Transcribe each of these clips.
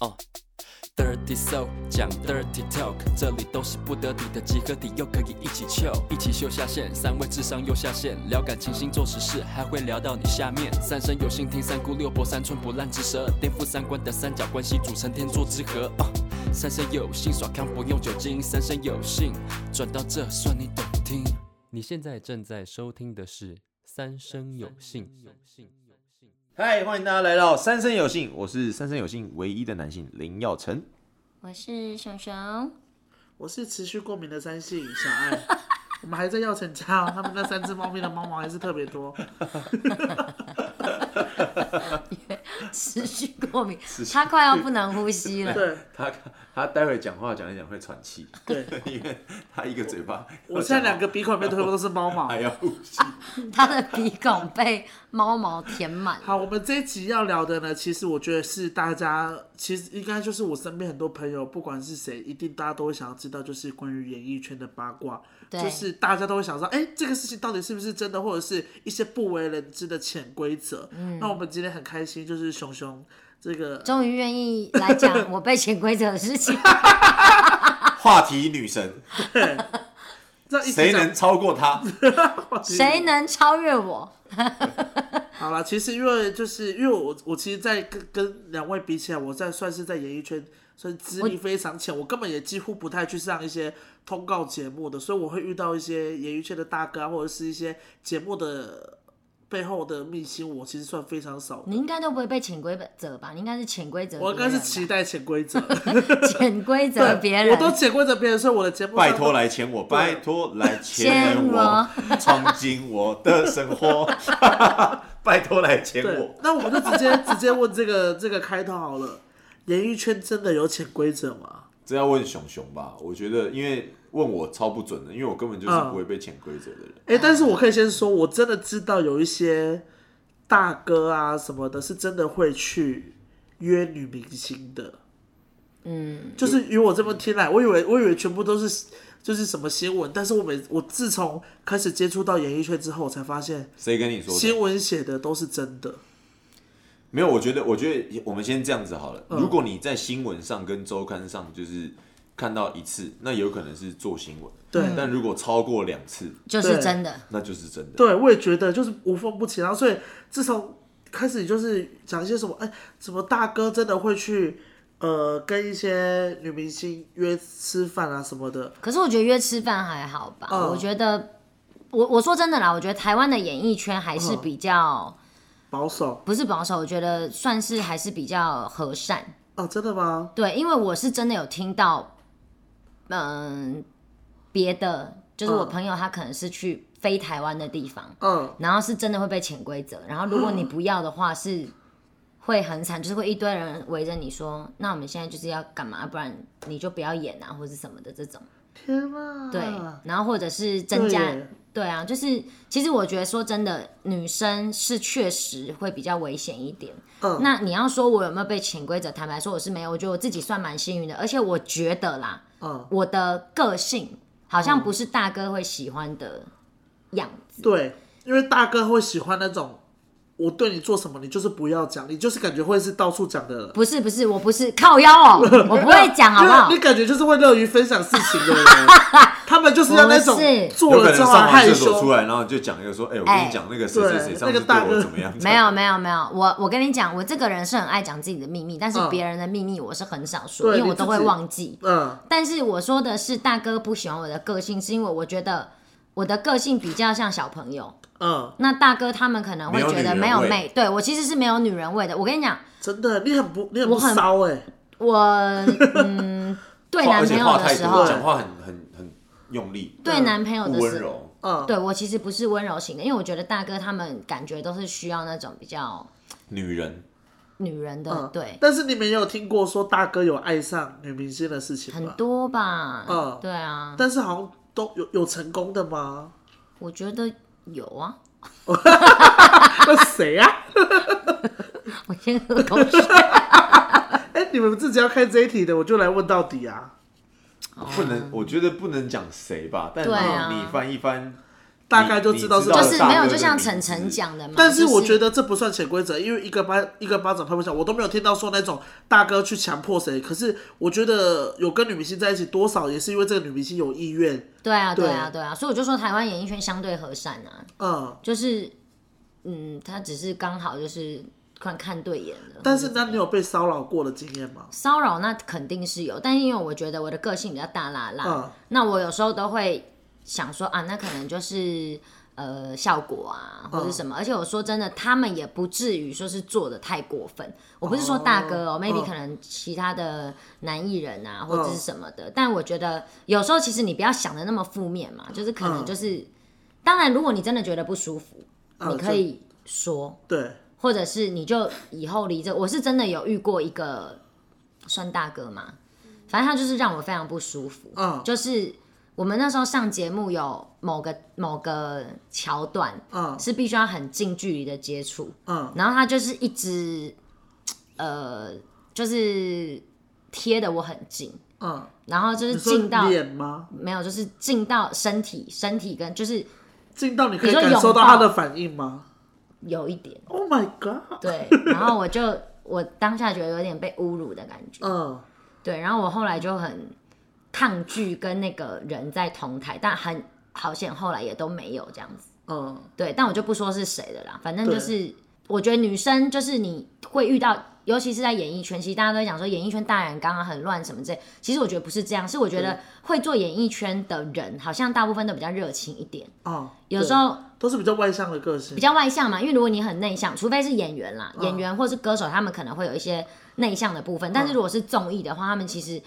哦、Dirty Soul 讲 Dirty Talk，这里都是不得体的集合体，又可以一起秀，一起秀下限，三位智商又下线，聊感情、星座、时事，还会聊到你下面。三生有幸听三姑六婆，三寸不烂之舌，颠覆三观的三角关系组成天作之合。哦、三生有幸耍康不用酒精，三生有幸转到这算你懂听。你现在正在收听的是《三生有幸》。嗨，欢迎大家来到三生有幸，我是三生有幸唯一的男性林耀成。我是熊熊，我是持续过敏的三性小爱， 我们还在药成家哦，他们那三只猫咪的猫毛还是特 别多。持续过敏，他快要不能呼吸了。对，他他待会讲话讲一讲会喘气， 对，因为他一个嘴巴，我现在两个鼻孔里面全部都是猫 毛还。要呼吸。他的鼻孔被猫毛填满。好，我们这一集要聊的呢，其实我觉得是大家，其实应该就是我身边很多朋友，不管是谁，一定大家都会想要知道，就是关于演艺圈的八卦，对就是大家都会想知道，哎、这个事情到底是不是真的，或者是一些不为人知的潜规则。嗯那我们今天很开心，就是熊熊这个终于愿意来讲我被潜规则的事 情。话题女神，这样一 直谁讲能超过她？谁能超越我？好了，其实因为就是因为我我其实，在跟跟两位比起来，我在算是在演艺圈算资历非常浅，我根本也几乎不太去上一些通告节目的，所以我会遇到一些演艺圈的大哥啊，或者是一些节目的背后的秘辛，我其实算非常少你的。应该都不会被潜规则吧？你应该是潜规则别人吧。啊我应该是期待潜规则，潜规则对， 别人啊我。都潜规则别人，所以我的节目上拜都托来牵 我，拜托来牵我，闯进我的生 活。拜托来牵对我，，那我们就直接直接问这个这个开头好了，演艺圈真的有潜规则吗？这要问熊熊吧？我觉得，因为问我超不准的，因为我根本就是不会被潜规则的人。哎、但是我可以先说，我真的知道有一些大哥啊什么的，是真的会去约女明星的。嗯，就是以我这么听来，我以为我以为全部都是就是什么新闻，但是我每我自从开始接触到演艺圈之后，我才发现谁跟你说的？新闻写的都是真的。没有，我觉得，我觉得我们先这样子好嗯了。如果你在新闻上跟周刊上就是看到一次，那有可能是做新闻。对但如果超过两次，就是对真的。那就是真的。对，我也觉得就是无风不起浪，所以自从开始就是讲一些什么，哎、什么大哥真的会去呃跟一些女明星约吃饭啊什么的，可是我觉得约吃饭还好吧，嗯我觉得。我我说真的啦，我觉得台湾的演艺圈还嗯是比较、保守不是保守，我觉得算是还是比较和善。哦，真的吗？对，因为我是真的有听到，嗯，别的就是我嗯朋友他可能是去非台湾的地方，嗯，然后是真的会被潜规则，然后如果 你不要的话是会很惨，就是会一堆人围着你说，那我们现在就是要干嘛，啊不然你就不要演啊，或是什么的这种。天哪！对，然后或者是增加嗯对耶，对啊，就是其实我觉得说真的，女生是确实会比较危险一点。嗯那你要说我有没有被潜规则？坦白说，我是没有，我觉得我自己算蛮幸运的，而且我觉得啦，嗯，我的个性好像不是大哥会喜欢的样子。对，因为大哥会喜欢那种我对你做什么，你就是不要讲，你就是感觉会是到处讲的人，不是不是，我不是靠腰哦，我不会讲好不好啊 就是？你感觉就是会乐于分享事情的人， 他们就是要那种不是做有可了能之上后还完害厕所出羞。来，然后就讲一个说：“哎、我跟哎你讲，那个谁谁谁对上次那个对大我哥怎么样？”没有没有没有，我我跟你讲，我这个人是很爱讲自己的秘密，但是嗯别人的秘密我是很少说，对因为你我都自会己忘记。嗯，但是我说的是大哥不喜欢我的个性，是因为我觉得我的个性比较像小朋友。嗯，那大哥他们可能会觉得没没有有女人味妹，对我其实是没有女人味的。我跟你讲，真的，你很不，你很我不很骚哎、我 嗯，对话男而朋且 友话的太时多，候，讲话很很很用力，对男朋友不的温时候，柔。嗯，对我其实不是温柔型的，因为我觉得大哥他们感觉都是需要那种比较女人女人的，嗯，对，但是你们也有听过说大哥有爱上女明星的事情很吗？多吧，嗯对啊，但是好像都有有成功的吗？我觉得有 啊， 那谁啊？我先喝口水，哎、你们自己要开这一题的，我就来问到底啊。不能，我觉得不能讲谁吧，但哦对啊你翻一翻，大概就知道是你你知道就是大没有，哥就的像名字晨晨讲的嘛。但是就我觉得这不算潜规则，因为一个巴一个巴掌拍不响，我都没有听到说那种大哥去强迫谁。可是我觉得有跟女明星在一起，多少也是因为这个女明星有意愿。对啊，对啊，对对啊，所以我就说台湾演艺圈相对和善啊，嗯，就是嗯，他只是刚好就是看看对眼了。但是那你有被骚扰过的经验吗？骚扰那肯定是有，但因为我觉得我的个性比较大啦啦，嗯那我有时候都会想说啊，那可能就是呃效果啊，或者是什嗯么。而且我说真的，他们也不至于说是做的太过分。我不是说大哥哦、嗯 m a y b e 可能其他的男艺人啊，或者是什么的。但我觉得有时候其实你不要想的那么负面嘛，就是可能嗯就是，当然如果你真的觉得不舒服，嗯你可以说。对，或者是你就以后离这，我是真的有遇过一个算大哥嘛，反正他就是让我非常不舒服。嗯就是我们那时候上节目有某个某个桥段嗯是必须要很近距离的接触，嗯然后他就是一直呃就是贴的我很近，嗯，然后就是你说近到脸吗？没有，就是近到身体身体跟就是近到你可以你说感受拥到抱他的反应吗有一点？Oh my god！对，然后我就我当下觉得有点被侮辱的感觉。 嗯对，然后我后来就很抗拒跟那个人在同台，但很好险后来也都没有这样子。嗯对，但我就不说是谁的啦，反正就对是我觉得女生就是你会遇到，尤其是在演艺圈，其实大家都会讲说演艺圈大染缸啊很乱什么之类，其实我觉得不是这样，是我觉得会做演艺圈的人好像大部分都比较热情一点，哦，有对时候都是比较外向的个性比。较外向嘛，因为如果你很内向，除非是演员嗯啦，演员或是歌手，他们可能会有一些内向的部分。嗯但是如果是综艺的话，他们其实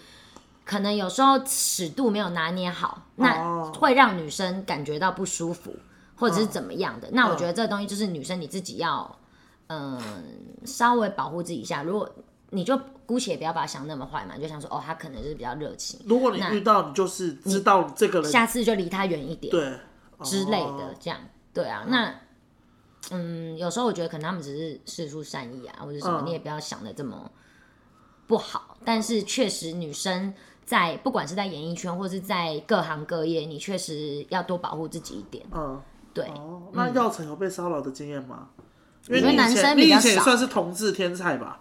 可能有时候尺度没有拿捏好，那哦嗯会让女生感觉到不舒服，或者是怎么样的。那我觉得这东西就是女生你自己要，嗯、稍微保护自己一下。如果你就姑且不要把它想那么坏嘛，你就想说哦，他可能就是比较热情，如果你那遇到，你就是知道这个人下次就离他远一点。对之类的哦，这样。对啊，那嗯，有时候我觉得可能他们只是事出善意啊，或者什么，嗯你也不要想的这么不好。但是确实，女生在不管是在演艺圈或是在各行各业，你确实要多保护自己一点。嗯。对，哦，那耀成有被骚扰的经验吗？因为我觉得你以男前生你比较以前也少算是同志天才吧？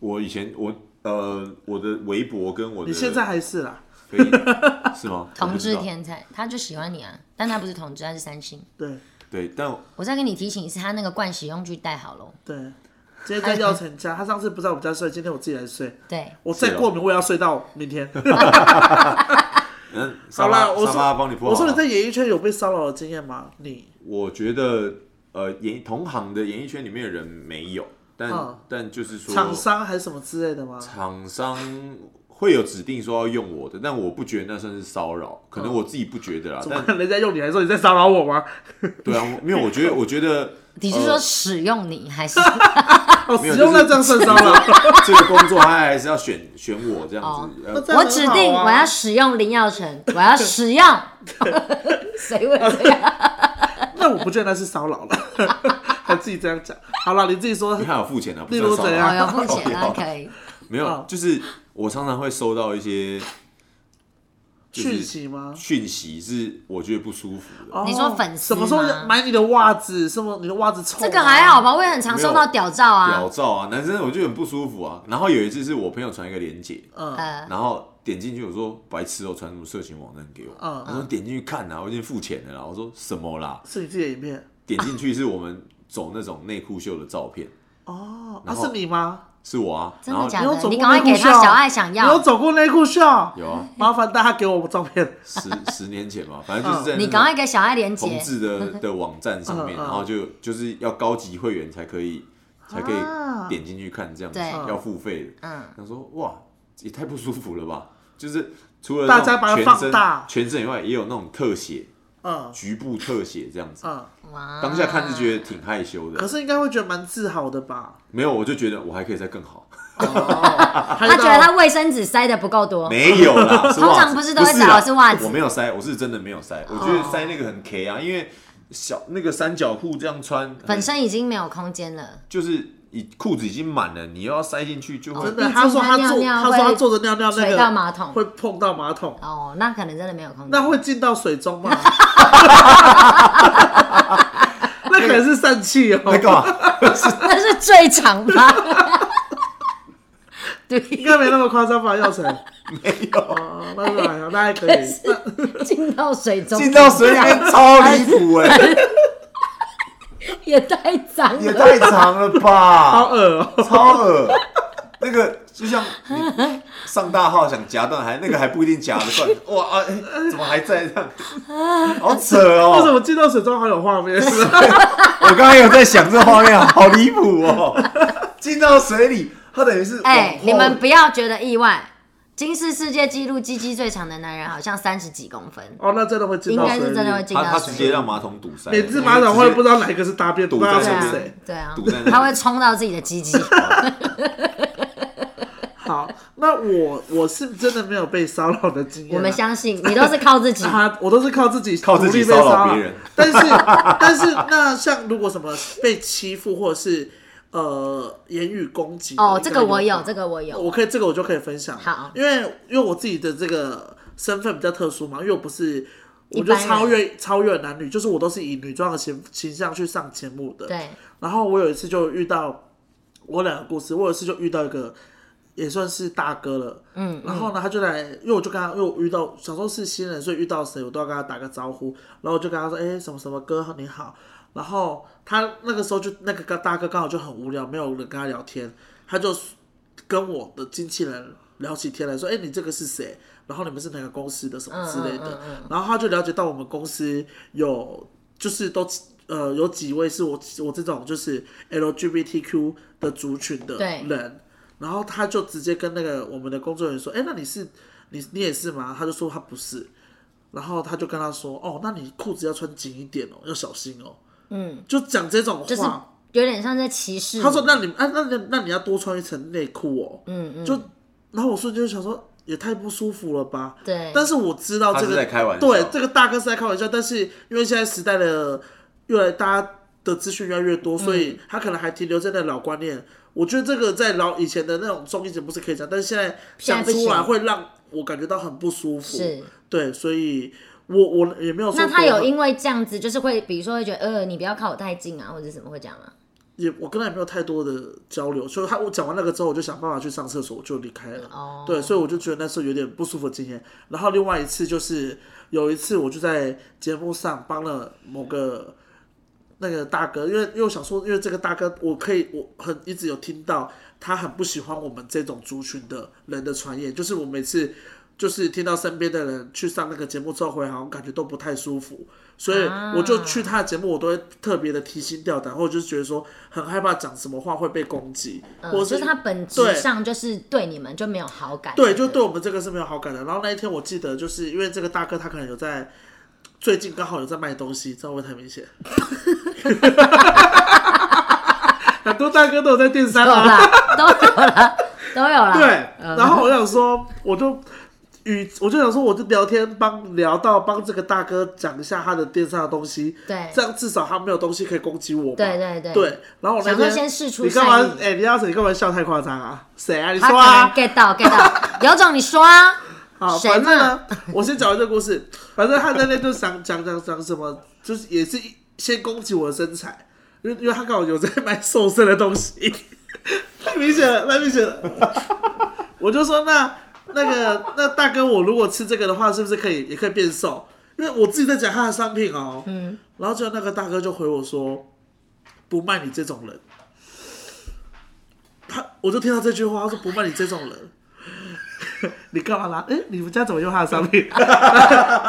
我以前我呃我的微博跟我的你现在还是啦，可以是 吗？我同不知志道天才，他就喜欢你啊，但他不是同志，他是三星。对对，但我再跟你提醒一次，他那个盥洗用具带好哦喽。对。今天在耀成家，他上次不在我们家睡，今天我自己来睡。对，我再是哦过敏，我也要睡到明天。 嗯，好沙啦，发我沙发说帮你铺好我说你了在演艺圈有被骚扰的经验吗？你我觉得呃演同行的演艺圈里面的人没有，但、嗯但就是说厂商还是什么之类的吗？厂商会有指定说要用我的，但我不觉得那算是骚扰，可能我自己不觉得啦。嗯怎么但 可能人家用你来说你在骚扰我吗？对啊， 我没有，我觉得我觉得你是说哦使用你还是？哦，没有使用就是那这样算 骚扰？这个工作他还是要选选我这样哦子。那呃这样我很指好定啊我要使用林耀成，我要使用。 谁会这样？那我不觉得那是骚扰了， 还自己这样讲。好了，你自己说你。还有付钱啊，不例算如骚怎扰样 哦，有付钱那可以。没有哦，就是我常常会收到一些就是讯息吗？讯息，是我觉得不舒服的。哦你说粉丝什么时候吗买你的袜子？什么你的袜子臭啊？这个还好吧，我也很常收到屌照屌啊。照啊，男生我就很不舒服啊。然后有一次是我朋友传一个链接，嗯呃，然后点进去我说白痴哦，传什么色情网站给我？嗯他说点进去看啊，我已经付钱了啦。我说什么啦？是你自己的影片点进去是我们走那种内裤秀的照片，哦，啊然后是你吗？是我啊。真然的后假你有的？走过你赶快给内裤他啊秀小爱想你有要，走过内裤秀？有啊，麻烦大家给我照片。十十年前吧，反哦正就是在那你种赶快给小爱连啊同接。志的 的网站上面，嗯嗯然后就就是要高级会员才可以才可以啊点进去看这样子，对要付费的。嗯，他说哇，也太不舒服了吧！就是除了大家把它那种全放身大全身以外，也有那种特写，嗯局部特写这样子。嗯，哇当下看是觉得挺害羞可的，是应该会觉得蛮自豪的吧？没有，我就觉得我还可以再更好， 他他觉得他卫生纸塞的不够多。没有 啦。是袜子通常不是都会塞啦我是袜子我没有塞，我是真的没有塞。我觉得塞那个很 K 啊，因为小那个三角裤这样穿，本身已经没有空间了，就是你裤子已经满了，你又要塞进去，就会哦真 毕的，竟他说他他尿坐，尿他说他会坐着尿尿那垂个到马桶会碰到马桶，哦，那可能真的没有空那间。会进到水中 吗？那可能是疝气在哦，干嘛？那是最长吧？ 对，应该没那么夸张吧？药神，没有，哦，那就还好，那还可以。进到水中进到水里面超离谱哎，也太脏也了。太长了吧，好恶哦，超恶。那个就像你上大号想夹断，还那个还不一定夹得断。哇啊，哎怎么还在这样？好扯为什哦！么进到水中好有画 面？我刚刚有在想这画面，好离谱哦！进到水里，它等于是往哎、后你们不要觉得意外，金氏世界纪录鸡鸡最长的男人好像三十几公分，哦，那真的会进应到该是水啊里，真的会进他到他水直里接让马桶堵塞，每次马桶会不知道道哪个是大便，不知道堵是在那谁边。对啊堵在那，里他会冲到自己的 鸡鸡。啊好，那我我是真的没有被骚扰的经验啊。我们相信你都是靠自 己，他我都是靠自己靠自努己力被骚扰扰别人但是但是那像如果什么被欺负或者是呃言语攻击的哦，应这该个我有，吧这个我有。我可以这个我就可以分享。好因为因为我自己的这个身份比较特殊嘛，因为我不是。我一就般人超越超越男女，就是我都是以女装的形形象去上节目的。对，然后我有一次就遇到我两个故事，我有一次就遇到一个也算是大哥了，嗯，然后呢他就来，因为我就跟他，因为我遇到小时候是新人，所以遇到谁我都要跟他打个招呼，然后我就跟他说，哎、什么什么哥你好，然后他那个时候就那个大哥刚好就很无聊，没有人跟他聊天，他就跟我的经纪人聊起天来说，哎、你这个是谁？然后你们是哪个公司的什么之类的，嗯嗯然后他就了解到我们公司有就是都呃有几位是我我这种就是 LGBTQ 的族群的对人，然后他就直接跟那个我们的工作人员说，哎、那你是你你也是吗？他就说他不是，然后他就跟他说，哦，那你裤子要穿紧一点哦，要小心哦，嗯，就讲这种话。就是有点像在歧视你。他说：“那你啊，那那那你要多穿一层内裤哦。”嗯嗯，就，然后我瞬间就想说，也太不舒服了吧。对，但是我知道这他是个在开玩笑对，这个大哥是在开玩笑，但是因为现在时代的越来大家的资讯越来越多，嗯所以他可能还停留在那老观念。我觉得这个在老以前的那种综艺节目是可以讲，但是现在现在讲不出来行会让我感觉到很不舒服。是。对，所以我我也没有说那他多有狠因为这样子，就是会，比如说会觉得，呃，你不要靠我太近啊，或者什么会这样吗？也我跟他也没有太多的交流，所以他我讲完那个之后，我就想办法去上厕所，我就离开了。哦对，所以我就觉得那时候有点不舒服的经验。然后另外一次就是有一次我就在节目上帮了某个那个大哥，因为因为我想说，因为这个大哥我可以我很一直有听到他很不喜欢我们这种族群的人的传言，就是我每次就是听到身边的人去上那个节目之后回来，好像感觉都不太舒服，所以啊我就去他的节目，我都会特别的提心吊胆，或者就是觉得说很害怕讲什么话会被攻击，嗯，或者就是是他本质对上就是对你们就没有好感。对，就对对我们这个是没有好感的。然后那一天我记得，就是因为这个大哥他可能有在最近刚好有在卖东西，这样会不会太明显？ 很多大哥都有在电商不对，都有啊， 啦，嗯都有啦，都有啦。对。然后我想说，我就与我就想说，我就聊天帮聊到帮这个大哥讲一下他的电商的东西，对这样至少他没有东西可以攻击我嘛。对对对对。然后我那想说天先试出你干善嘛意？哎，李老师，你干嘛笑太夸张啊？谁啊？你他说可啊能？get 到 get 到，有种你说啊，好，谁反正嘛呢， 我先讲完这个故事。反正他在那就想讲讲讲什么，就是也是一先攻击我的身材，因为因为他刚好有在卖瘦身的东西， 太明显了，太 明显了。我就说那那个那大哥，我如果吃这个的话，是不是可以也可以变瘦？因为我自己在讲他的商品哦、嗯，然后就那个大哥就回我说，不卖你这种人。他我就听到这句话，他说不卖你这种人。 你干嘛啦？哎、你们家怎么用他的商品？ 然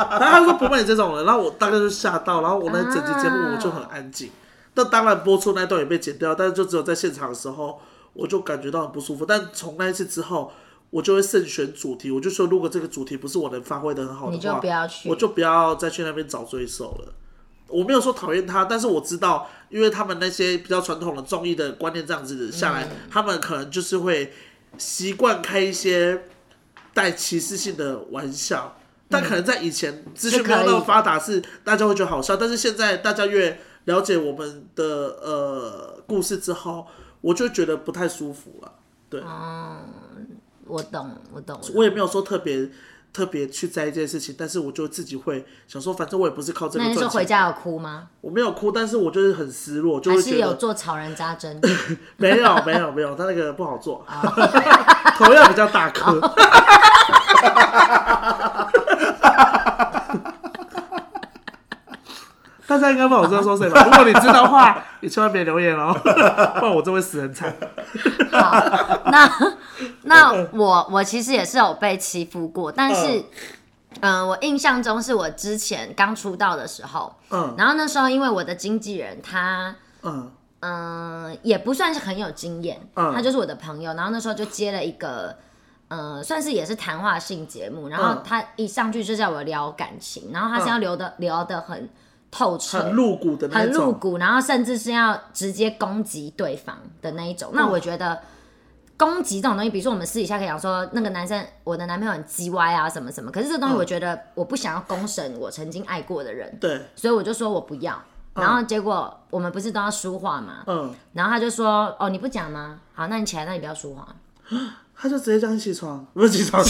后他说不卖你这种人，然后我大概就吓到，然后我那整集节目我就很安静。那当然播出那段也被剪掉，但是就只有在现场的时候，我就感觉到很不舒服。但从那一次之后，我就会慎选主题，我就说如果这个主题不是我能发挥的很好的话，你就不要去我就不要再去那边找罪受了。我没有说讨厌他，但是我知道，因为他们那些比较传统的综艺的观念这样子下嗯来，他们可能就是会习惯开一些带歧视性的玩笑，但可能在以前资讯没有那么发达，是大家会觉得好笑，但是现在大家越了解我们的呃故事之后，我就觉得不太舒服了。对，我懂，我懂。我也没有说特别特别去在意这件事情，但是我就自己会想说，反正我也不是靠这个那你赚说钱。回家有哭吗？我没有哭，但是我就是很失落，就还会是觉有得做草人扎针？ 没有没有没有，他那个不好做，啊 头要比较大颗。 大家应该不好知道说谁 吧？如果你知道的话，你千万别留言哦， 不然我真会死很惨。好，那那我我其实也是有被欺负过，但是，嗯、我印象中是我之前刚出道的时候，嗯然后那时候因为我的经纪人他。嗯嗯，也不算是很有经验，嗯他就是我的朋友。然后那时候就接了一个，呃，算是也是谈话性节目。然嗯后他一上去就叫我聊感情，然后他是要聊的、聊的很透彻，很露骨的那很露种，骨，然后甚至是要直接攻击对方的那一种。那我嗯觉得攻击这种东西，比如说我们私底下可以讲说那个男生，我的男朋友很鸡歪啊什么什么，可是这东西嗯我觉得我不想要公审我曾经爱过的人，对，所以我就说我不要。然后结果我们不是都要说话嘛，嗯，然后他就说哦你不讲吗？好，那你起来，那你不要说话，他就直接叫你起床，不是起床，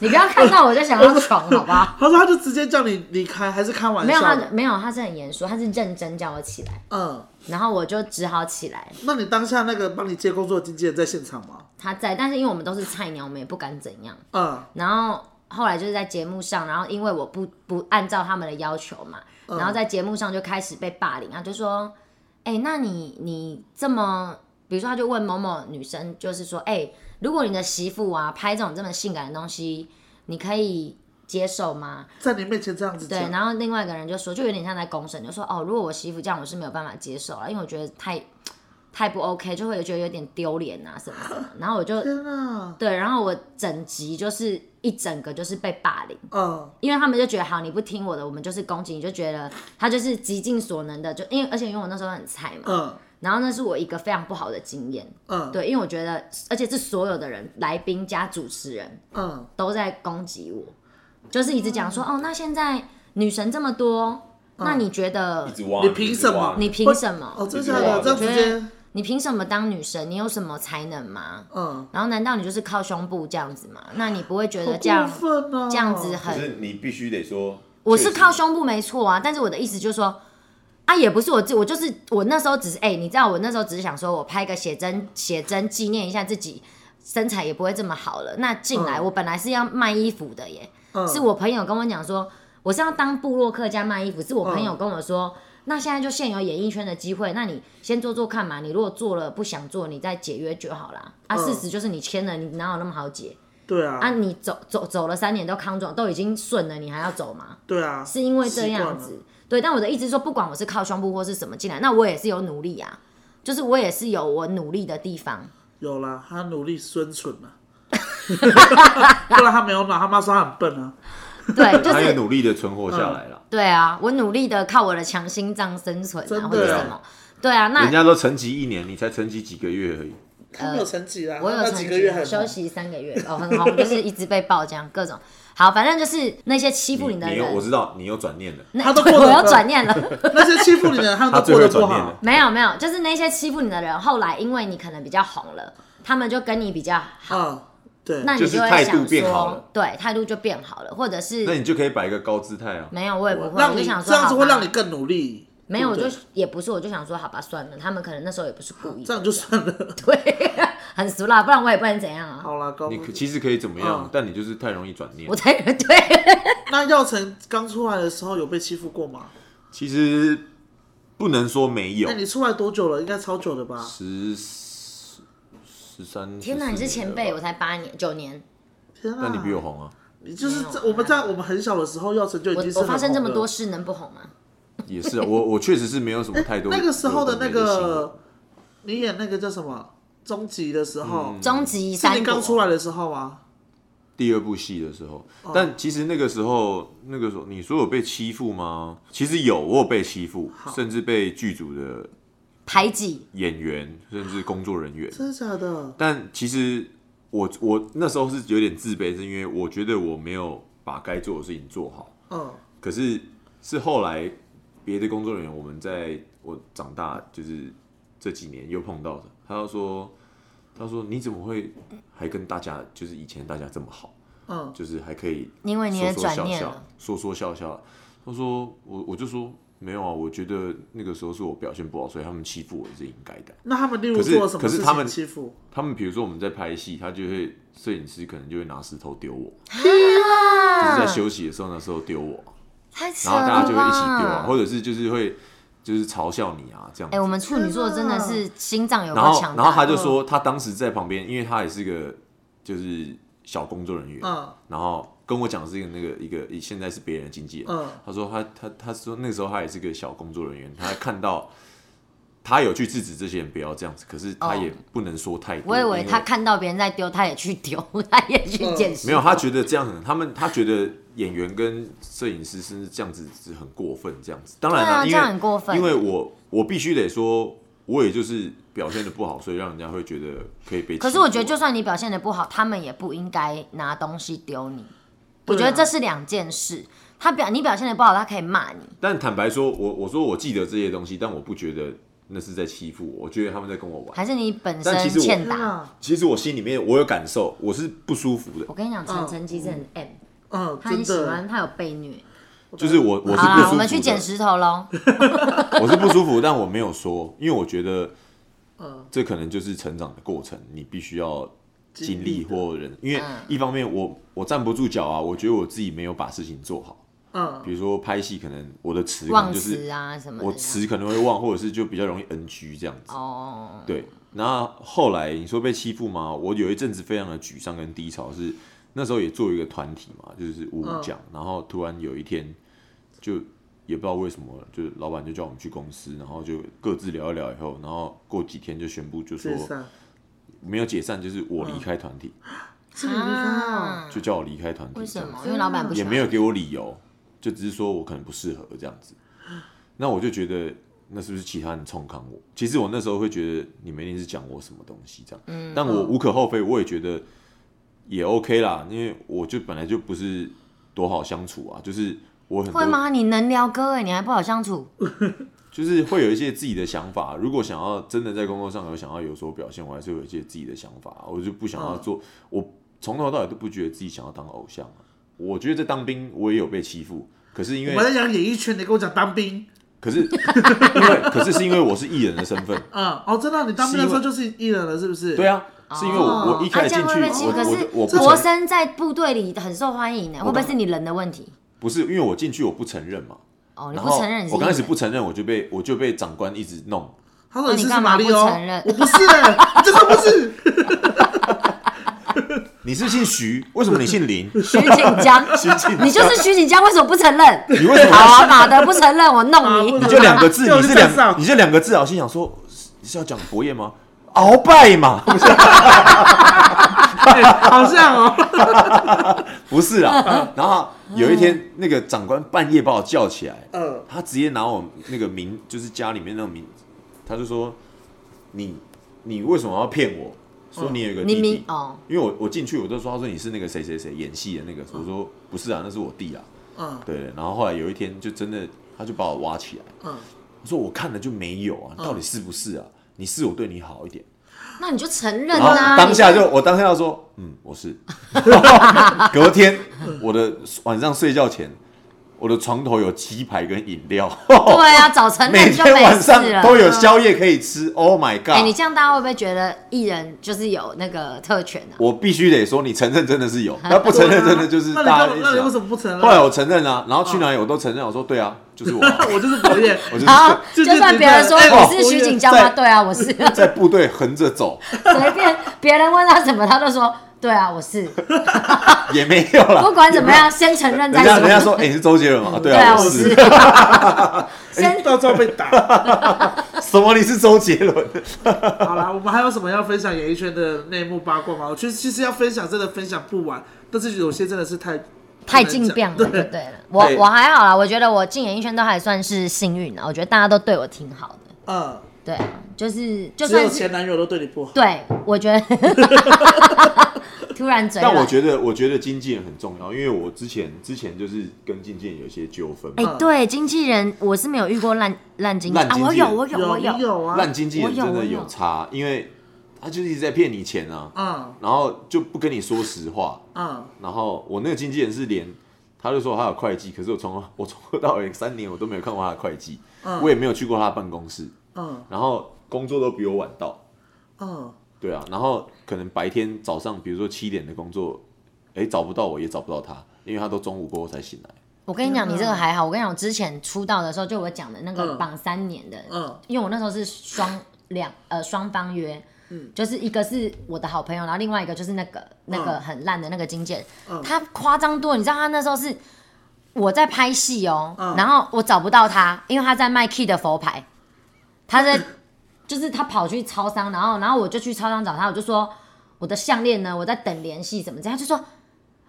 你不要看到我就想要爽，好吧？ 他说他就直接叫你离开，还是 开玩没有，笑他的？没有，他是很严肃，他是认真叫我起来，嗯，然后我就只好起来。那你当下那个帮你接工作的经纪人在现场吗？他在，但是因为我们都是菜鸟，我们也不敢怎样。嗯然后后来就是在节目上，然后因为我不不按照他们的要求嘛，然后在节目上就开始被霸凌啊，就说，哎、那你你这么，比如说他就问某某女生，就是说，哎、如果你的媳妇啊拍这种这么性感的东西，你可以接受吗？在你面前这样子对，讲，然后另外一个人就说，就有点像在公审，就说哦，如果我媳妇这样，我是没有办法接受啊了，因为我觉得太太不 OK，就会觉得有点丢脸啊什么什么。然后我就天啊，对，然后我整集就是一整个就是被霸凌，嗯因为他们就觉得好，你不听我的，我们就是攻击，你就觉得他就是极尽所能的，就因为而且因为我那时候很菜嘛，嗯然后那是我一个非常不好的经验，嗯，对，因为我觉得，而且是所有的人，来宾加主持人嗯，都在攻击我，就是一直讲说，哦，那现在女神这么多，嗯那你觉得一直挖，你凭什一么直挖你凭什哦，么？真的假的？这样直接，你凭什么当女神？你有什么才能吗？嗯，然后难道你就是靠胸部这样子吗？那你不会觉好得这样过分哦，这样子可很是你必须得说，我是确实靠胸部没错啊，但是我的意思就是说，啊，也不是我自己，我就是我那时候只是哎、你知道我那时候只是想说我拍个写真，写真纪念一下自己身材也不会这么好了。那进来、嗯我本来是要卖衣服的耶，嗯是我朋友跟我讲说，我是要当布洛克加卖衣服，是我朋友跟我说。那现在就现有演艺圈的机会，那你先做做看嘛。你如果做了不想做，你再解约就好啦。啊，嗯事实就是你签了，你哪有那么好解对啊？啊，你走走走了三年都康庄，都已经顺了，你还要走吗？对啊，是因为这样习惯了，子。对，但我的意思是说，不管我是靠胸部或是什么进来，那我也是有努力啊，就是我也是有我努力的地方。有啦，他努力生存 嘛，不然他没有脑，他妈说他很笨啊， 对，就他也是努力的存活下来了。对啊，我努力的靠我的强心脏生存真的啊，或者啊什么。对啊，人那家都沉寂一年，你才沉寂几个月而已。他没有成绩啦，呃我有他曾几经个月还休息三个月，哦，很红，就是一直被爆这样各种。好，反正就是那些欺负你你的你又我人，知道你又转念了，那 他都过得我要转念了。 那些欺负你的人，他们他都最过会得不转念了好，。没有没有，就是那些欺负你的人，后来因为你可能比较红了，他们就跟你比较好。嗯，对，那你就是会态度想说，变好了对，态度就变好了，或者那是你就可以摆一个高姿态啊。没有，我也不会，我让就你想这说，样子好会吧让你更努力，没有，我对就不对也不是，我就想说，好吧，算了，他们可能那时候也不是故意的，这样就算了， 对，很俗啦，不然我也不能怎样啊，好啦，高你可其实可以怎么样嗯，但你就是太容易转念我。才对，那耀成刚出来的时候有被欺负过吗？其实不能说没有那，你出来多久了？应该超久的吧？十十十三。天哪， 14你是前辈，年了我才八年九年，天啊！吧，但你比我红啊，你就是没有在我们在我们很小的时候，耀成就已我经是我很发生这么红了多事能不红吗？也是啊，我我确实是没有什么太多。 那个时候的那有没新闻个，你演那个叫什么终极的时候，嗯终极是三你刚国，出来的时候吗？第二部戏的时候，但其实那个时候，那个时候你说有被欺负吗？其实有，我有被欺负，甚至被剧组的排挤，演员，甚至工作人员。真的假的？但其实我我那时候是有点自卑，是因为我觉得我没有把该做的事情做好。嗯可是是后来别的工作人员，我们在我长大就是这几年又碰到的，他就说，他说你怎么会还跟大家就是以前大家这么好，嗯，就是还可以因为你说也说转笑念笑了，，说说笑笑。他说我我就说没有啊，我觉得那个时候是我表现不好，所以他们欺负我是应该的。那他们例如可是做了什么可是事他们情欺负？他们比如说我们在拍戏，他就会摄影师可能就会拿石头丢我，就是在啊休息的时候那时候丢我，太扯然后了大家就会一起丢啊，吧或者是就是会就是嘲笑你啊这样子。哎，我们处女座真的是心脏有然够后强大，然后他就说他当时在旁边，因为他也是个就是小工作人员，嗯然后跟我讲是一个那个一个现在是别人的经纪人，嗯他说他他他说那时候他也是个小工作人员，他看到他有去制止这些人不要这样子，可是他哦也不能说太多，我以为他因看到别人在丢，他也去丢， 他也去捡拾。嗯没有，他觉得这样很，他们他觉得演员跟摄影师是这样子是很过分这样子，当然对啊啦因这为样很过分因为我我必须得说，我也就是表现的不好，所以让人家会觉得可以被欺负。可是我觉得，就算你表现的不好，他们也不应该拿东西丢你。我觉对啊得这是两件事。他表你表现的不好，他可以骂你。但坦白说，我我说我记得这些东西，但我不觉得那是在欺负我，我觉得他们在跟我玩。还是你本但身其实我欠天打。啊，其实我心里面我有感受，我是不舒服的我，跟你讲，晨晨其实很 M，嗯，他真很喜的欢，他有被虐。就是我我是不舒服好啦的。，我们去捡石头喽。我是不舒服，但我没有说，因为我觉得嗯，这可能就是成长的过程，你必须要经经历历的或人，因为嗯一方面我我站不住脚啊，我觉得我自己没有把事情做好，嗯比如说拍戏，可能我的词可能忘就词是啊什么的。我词可能会忘，或者是就比较容易 NG 这样子。哦，对，然后后来你说被欺负吗？我有一阵子非常的沮丧跟低潮是，那时候也做一个团体嘛，就是五五奖，然后突然有一天就也不知道为什么，就老板就叫我们去公司，然后就各自聊一聊以后，然后过几天就宣布就说解啊散，没有解散，就是我离开团体，是你离开哦，啊就叫我离开团体，为什么？这样因为老板不喜也欢。没有给我理由，就只是说我可能不适合这样子。那我就觉得，那是不是其他人冲康我？其实我那时候会觉得你们一定是讲我什么东西这样，嗯但我无可厚非，我也觉得也 OK 啦，因为我就本来就不是多好相处啊，就是我很多会吗？你能聊哥哎，你还不好相处？就是会有一些自己的想法。如果想要真的在工作上有想要有所表现，我还是会有一些自己的想法。啊我就不想嗯要做，我从头到尾都不觉得自己想要当偶像啊。我觉得在当兵我也有被欺负，可是因我为们在讲演艺圈，你跟我讲当兵，可 是因为可是是因为我是艺人的身份，嗯，哦，真的，你当兵的时候是因为就是艺人了，是不是？对，啊，是因为我我一开啊始这进样去会被欺我可是我我不博承生在部队里很受欢迎呢，会不会是你人的问题？不是因为我进去我不承认嘛，哦，你然不后承认你是我刚开始艺人不承认我就被我就被长官一直弄，他说哦那你是干嘛马里不奥承认，我不是，欸 真的不是，你是姓徐，为什么你姓 林？徐锦江，锦江你就是徐锦江，为什么不承认？你为什么好啊，马德不承认，我弄马德不你你。就两个字，就是你是站上两，你这两个字啊，我心想说是是要讲博彦吗？鳌拜嘛， 欸好像哦， 不是啦。然后有一天，那个长官半夜把我叫起来，嗯他直接拿我那个名，就是家里面那种名，他就说：“你你为什么要骗我？说你有一个嗯你弟弟明？哦，因为我我进去我就说，他说你是那个谁谁谁演戏的那个，我说不是啊，那是我弟啊。嗯对，然后后来有一天就真的他就把我挖起来，嗯，我说我看了就没有啊，到底是不是啊？你是我对你好一点。”那你就承认然后啊。当下就我当下要说，嗯，我是。 隔天我的晚上睡觉前，我的床头有鸡排跟饮料，你对啊，早承哦每认就天没晚事上了。嗯都有宵夜可以吃。Oh my 哎， god！你这样大家会不会觉得艺人就是有那个特权啊呢？我必须得说，你承认真的是啊有，那不承认真的就是啊那你大干家嘛一起那你为什啊。么不承认？后来我承认啊，然后去哪里我都承认，我说对啊，就是我 啊，我就是博彦， 我就是好，就就是算别人说哎你是徐锦江吗？在对 啊，我是。在部队横着走，随便别人问他什么，他都说对啊，我是。也没有啦。不管怎么样，先承认再人家人家说，说。哎，你是周杰伦吗？对对啊，啊，我我是是。。哎先到最后被打。 什么？你是周杰伦？ 啊好啦，我们还有什么要分享演艺圈的内幕八卦吗？我其实其实要分享真的分享不完，但是有些真的是太太竞变了，就对，对了。我对我还好啦，我觉得我进演艺圈都还算是幸运啊，我觉得大家都对我挺好的。 嗯，对啊，就是就只有算是 前男友都对你不好，对，我觉得突然嘴但我软。觉得，我觉得经纪人很重要，因为我之前之前就是跟经纪人有一些纠纷嘛哎、，对，经纪人我是没有遇过烂烂经嗯纪烂啊，经我纪有，人我有，我有你有，有啊，烂经纪人真我的有我有有差，因为他就是一直在骗你钱啊，嗯然后就不跟你说实话。嗯，然后我那个经纪人是连他就说他有会计，可是我从我从头到尾三年我都没有看过他的会计，嗯我也没有去过他的办公室，嗯然后工作都比我晚到，嗯对啊，然后可能白天早上比如说七点的工作，哎找不到我也找不到他，因为他都中午过后才醒来。我跟你讲，你这个嗯还好。我跟你讲，我之前出道的时候，就我讲的那个嗯绑三年的，嗯因为我那时候是双两呃双方约，就是一个是我的好朋友，然后另外一个就是那个那个很烂的那个经纪人，他夸张多了，你知道他那时候是我在拍戏哦，然后我找不到他，因为他在卖 Key 的佛牌，他在 就是他跑去超商，然后然后我就去超商找他，我就说我的项链呢，我在等联系什么这样，他就说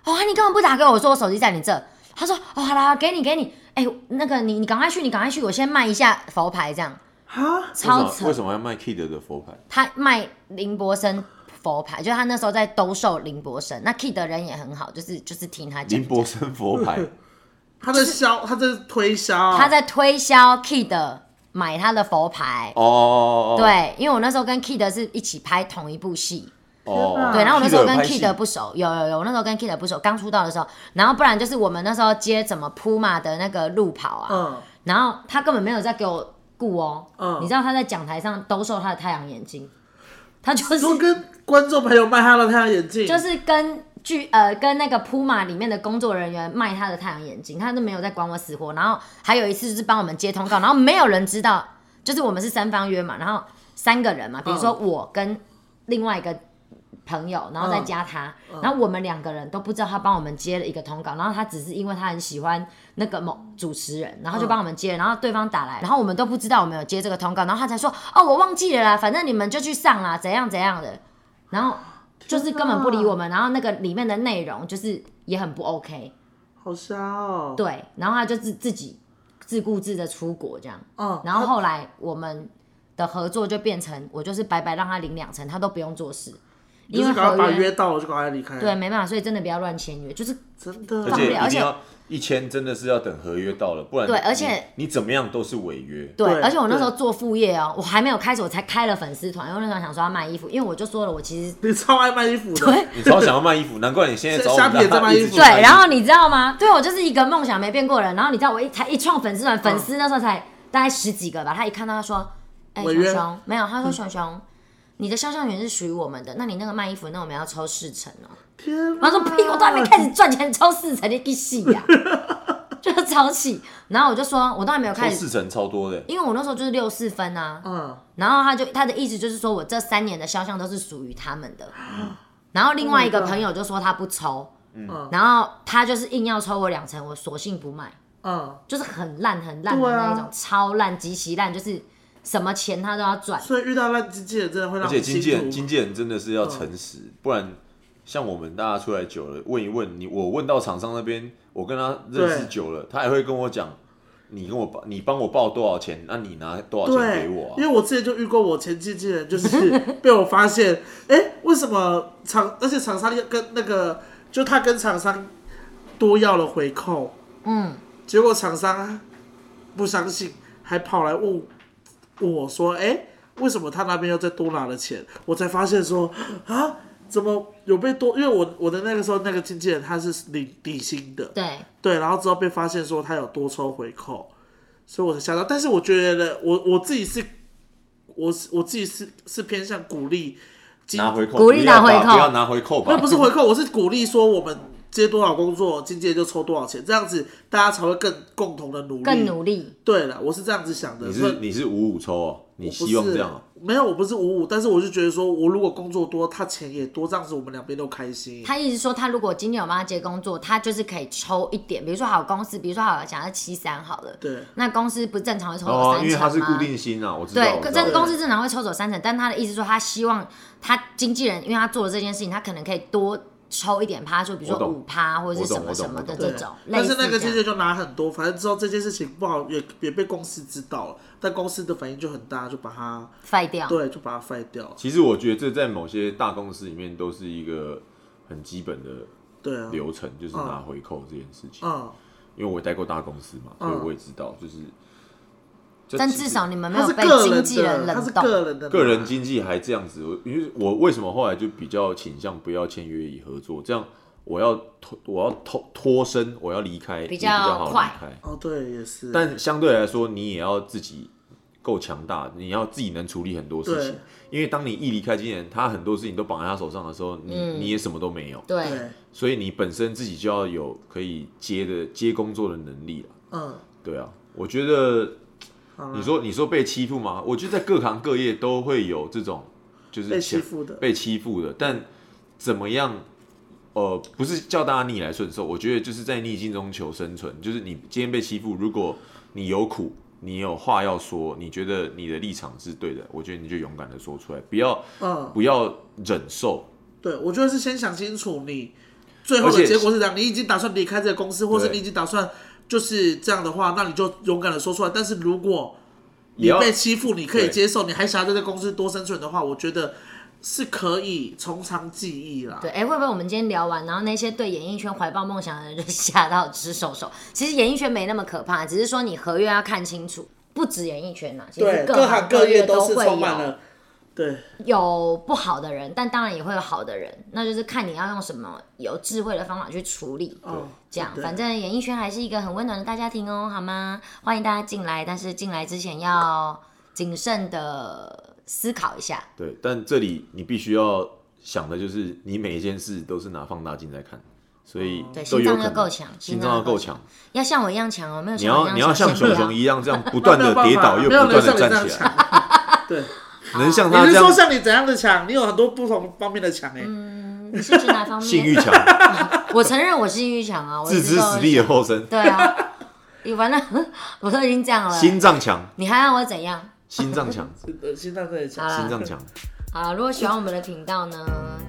哦，你根本不打给我，我说我手机在你这。他说：“哦，好啦，给你，给你。哎、那个你，你赶快去，你赶快去，我先卖一下佛牌，这样哈，超为什扯。么为什么要卖 Kid 的佛牌？他卖林柏生佛牌，就是他那时候在兜售林柏生。那 Key 的人也很好，就是就是听他讲林，柏森佛牌，他在销，他在推销，他在推销 Key 的买他的佛牌。哦哦哦哦，对，因为我那时候跟 Kid 是一起拍同一部戏，哦，哦对，然后我那时候跟 Kid 有拍戏 Kid 不熟，有有有，我那时候跟 Kid 不熟，刚出道的时候，然后不然就是我们那时候接怎么铺马的那个路跑啊，嗯然后他根本没有在给我顾哦，嗯你知道他在讲台上兜售他的太阳眼镜，他就是说跟观众朋友卖他的太阳眼镜，就是跟剧呃跟那个 Puma 里面的工作人员卖他的太阳眼镜，他都没有在管我死活。然后还有一次就是帮我们接通告，然后没有人知道，就是我们是三方约嘛，然后三个人嘛，比如说我跟另外一个朋友，然后再加他，然后我们两个人都不知道他帮我们接了一个通告，然后他只是因为他很喜欢那个某主持人，然后就帮我们接了，然后对方打来，然后我们都不知道我们有接这个通告，然后他才说哦我忘记了啦，反正你们就去上啦，怎样怎样的，然后就是根本不理我们，然后那个里面的内容就是也很不 OK，好瞎哦，，对，然后他就自自己自顾自的出国这样，嗯，然后后来我们的合作就变成我就是白白让他领两成，他都不用做事，就因为是赶快合把约约到了就赶快离开，对，没办法，所以真的不要乱签约，就是真的，啊而且而一定且要一签，真的是要等合约到了，不然对你而且你怎么样都是违约。对，对而且我那时候做副业哦，我还没有开始，我才开了粉丝团，因为那时候想说要卖衣服，因为我就说了，我其实你超爱卖衣服的，对你超想要卖衣服，难怪你现在找我虾们皮也在卖衣服对，然后你知道吗？对我就是一个梦想没变过的人，然后你知道我一才一创粉丝嗯团，粉丝那时候才大概十几个吧，他一看到他说，哎、违熊约熊没有，他说熊嗯熊。你的肖像权是属于我们的，那你那个卖衣服，那我们要抽四成哦。天，然后说屁，我都还没开始赚钱，抽四成你一戏 呀，就是超气。然后我就说，我都还没有开抽始，四成超多的，因为我那时候就是六四分啊，嗯，然后他就他的意思就是说我这三年的肖像都是属于他们的，然后另外一个朋友就说他不抽，嗯然后他就是硬要抽我两成，我索性不卖，嗯，就是很烂很烂的对那啊一种，超烂极其烂，就是什么钱他都要赚。所以遇到烂经纪人真的会而让且我经心纪嗯人痛。经纪人真的是要诚实，不然像我们大家出来久了，问一问你，我问到厂商那边，我跟他认识对久了，他还会跟我讲，你跟我报，你帮我报多少钱，那你拿多少钱对给我，因为啊？我之前就遇过我前经纪人，就是 被我发现，哎、为什么厂，而且厂商要跟那个，就他跟厂商多要了回扣，嗯，结果厂商不相信，还跑来问问我说：“哎、为什么他那边又再多拿了钱？”我才发现说啊，怎么有被多？因为我我的那个时候那个经纪人他是领底薪的，对，对，然后之后被发现说他有多抽回扣，所以我才吓到。但是我觉得我我自己是，我是我自己是是偏向鼓励经拿回扣，鼓励不要拿回吧扣啊不要拿回扣吧那。不是回扣，我是鼓励说我们接多少工作，经纪人就抽多少钱，这样子大家才会更共同的努力。更努力。对了，我是这样子想的。你所是以你是五五抽哦，你我不希望是这样哦？没有，我不是五五，但是我就觉得说，我如果工作多，他钱也多，这样子我们两边都开心。他一直说，他如果今天有帮他接工作，他就是可以抽一点，比如说好公司，比如说好想要七三好了，对，那公司不正常会抽我哦三成吗？，因为他是固定薪啊，我知道。对我，知道这个公司正常会抽走三成，但他的意思说，他希望他经纪人，因为他做了这件事情，他可能可以多抽一点趴数，比如我说懂五趴或者是我懂什么我懂什么的我这对啊种，类但似是那个这经纪样。人就拿很多，反正之后这件事情不好，也也被公司知道了，但公司的反应就很大，就把啊他废掉。对，就把他废掉。其实我觉得这在某些大公司里面都是一个很基本的对啊，流程，就是拿回扣这件事情。嗯，因为我也待过大公司嘛，所以我也知道，就是这但其实至少你们没他有是被个经人纪人的，他冷是冻。个人的嘛，个人经济还这样子，我因为我为什么后来就比较倾向不要签约以合作，这样我要脱我要脱脱身，我要离开也比比较较好快离开。哦，对，也是，但相对来说，你也要自己够强大，你要自己能处理很多事情对。因为当你一离开经纪人，他很多事情都绑在他手上的时候，你、嗯你也什么都没有，对，对，所以你本身自己就要有可以接的接工作的能力了。嗯，对啊，我觉得好啊啦你说你说被欺负吗？我觉得在各行各业都会有这种就是被欺想负的被欺负的，但怎么样？呃，不是叫大家逆来顺受，我觉得就是在逆境中求生存。就是你今天被欺负，如果你有苦，你有话要说，你觉得你的立场是对的，我觉得你就勇敢的说出来，不要嗯，不要忍受。对，我觉得是先想清楚你最后而的且结果是这样，你已经打算离开这个公司，或是对你已经打算就是这样的话，那你就勇敢的说出来。但是如果也你要被欺负，你可以对接受，你还想要在这个公司多生存的话，我觉得是可以从长计议啦。对，哎、会不会我们今天聊完，然后那些对演艺圈怀抱梦想的人就 吓到只手手？其实演艺圈没那么可怕，只是说你合约要看清楚。不止演艺圈呐、啊其实对，各行各业都是会充满有了对有不好的人，但当然也会有好的人，那就是看你要用什么有智慧的方法去处理。哦，这样，对反正演艺圈还是一个很温暖的大家庭哦，好吗？欢迎大家进来，但是进来之前要谨慎的思考一下。对，但这里你必须要想的就是，你每一件事都是拿放大镜在看，所以哦对都有心脏可要能够强心心脏脏要要够够强强。要像我一样强哦，没有你像我要一你要样强，像熊先不熊一样这样不那断没有的办法跌倒又没有不人断的像你这站样起来，强。 对，能像他你这是说像像你怎样的强？你有很多不同方面的强哎、嗯你是指哪方 面？性欲强、我承认我性欲强啊，我自知死地的后生、对啊，你完了， 我都已经这样了，心脏强、你还要我怎样？心脏强、呃心脏真的强好。啦心脏强。好了，如果喜欢我们的频道呢，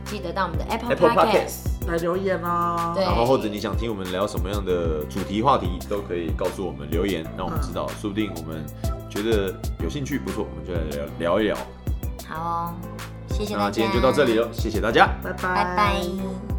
记得到我们的 Apple Apple Podcast。来留言哦。对然后或者你想听我们聊什么样的主题话题，都可以告诉我们留言，让我们知道，嗯说不定我们觉得有兴趣不错，我们就来聊聊一聊。好哦，谢谢大哦家，那今天就到这里，了，谢谢大家。拜拜，拜拜。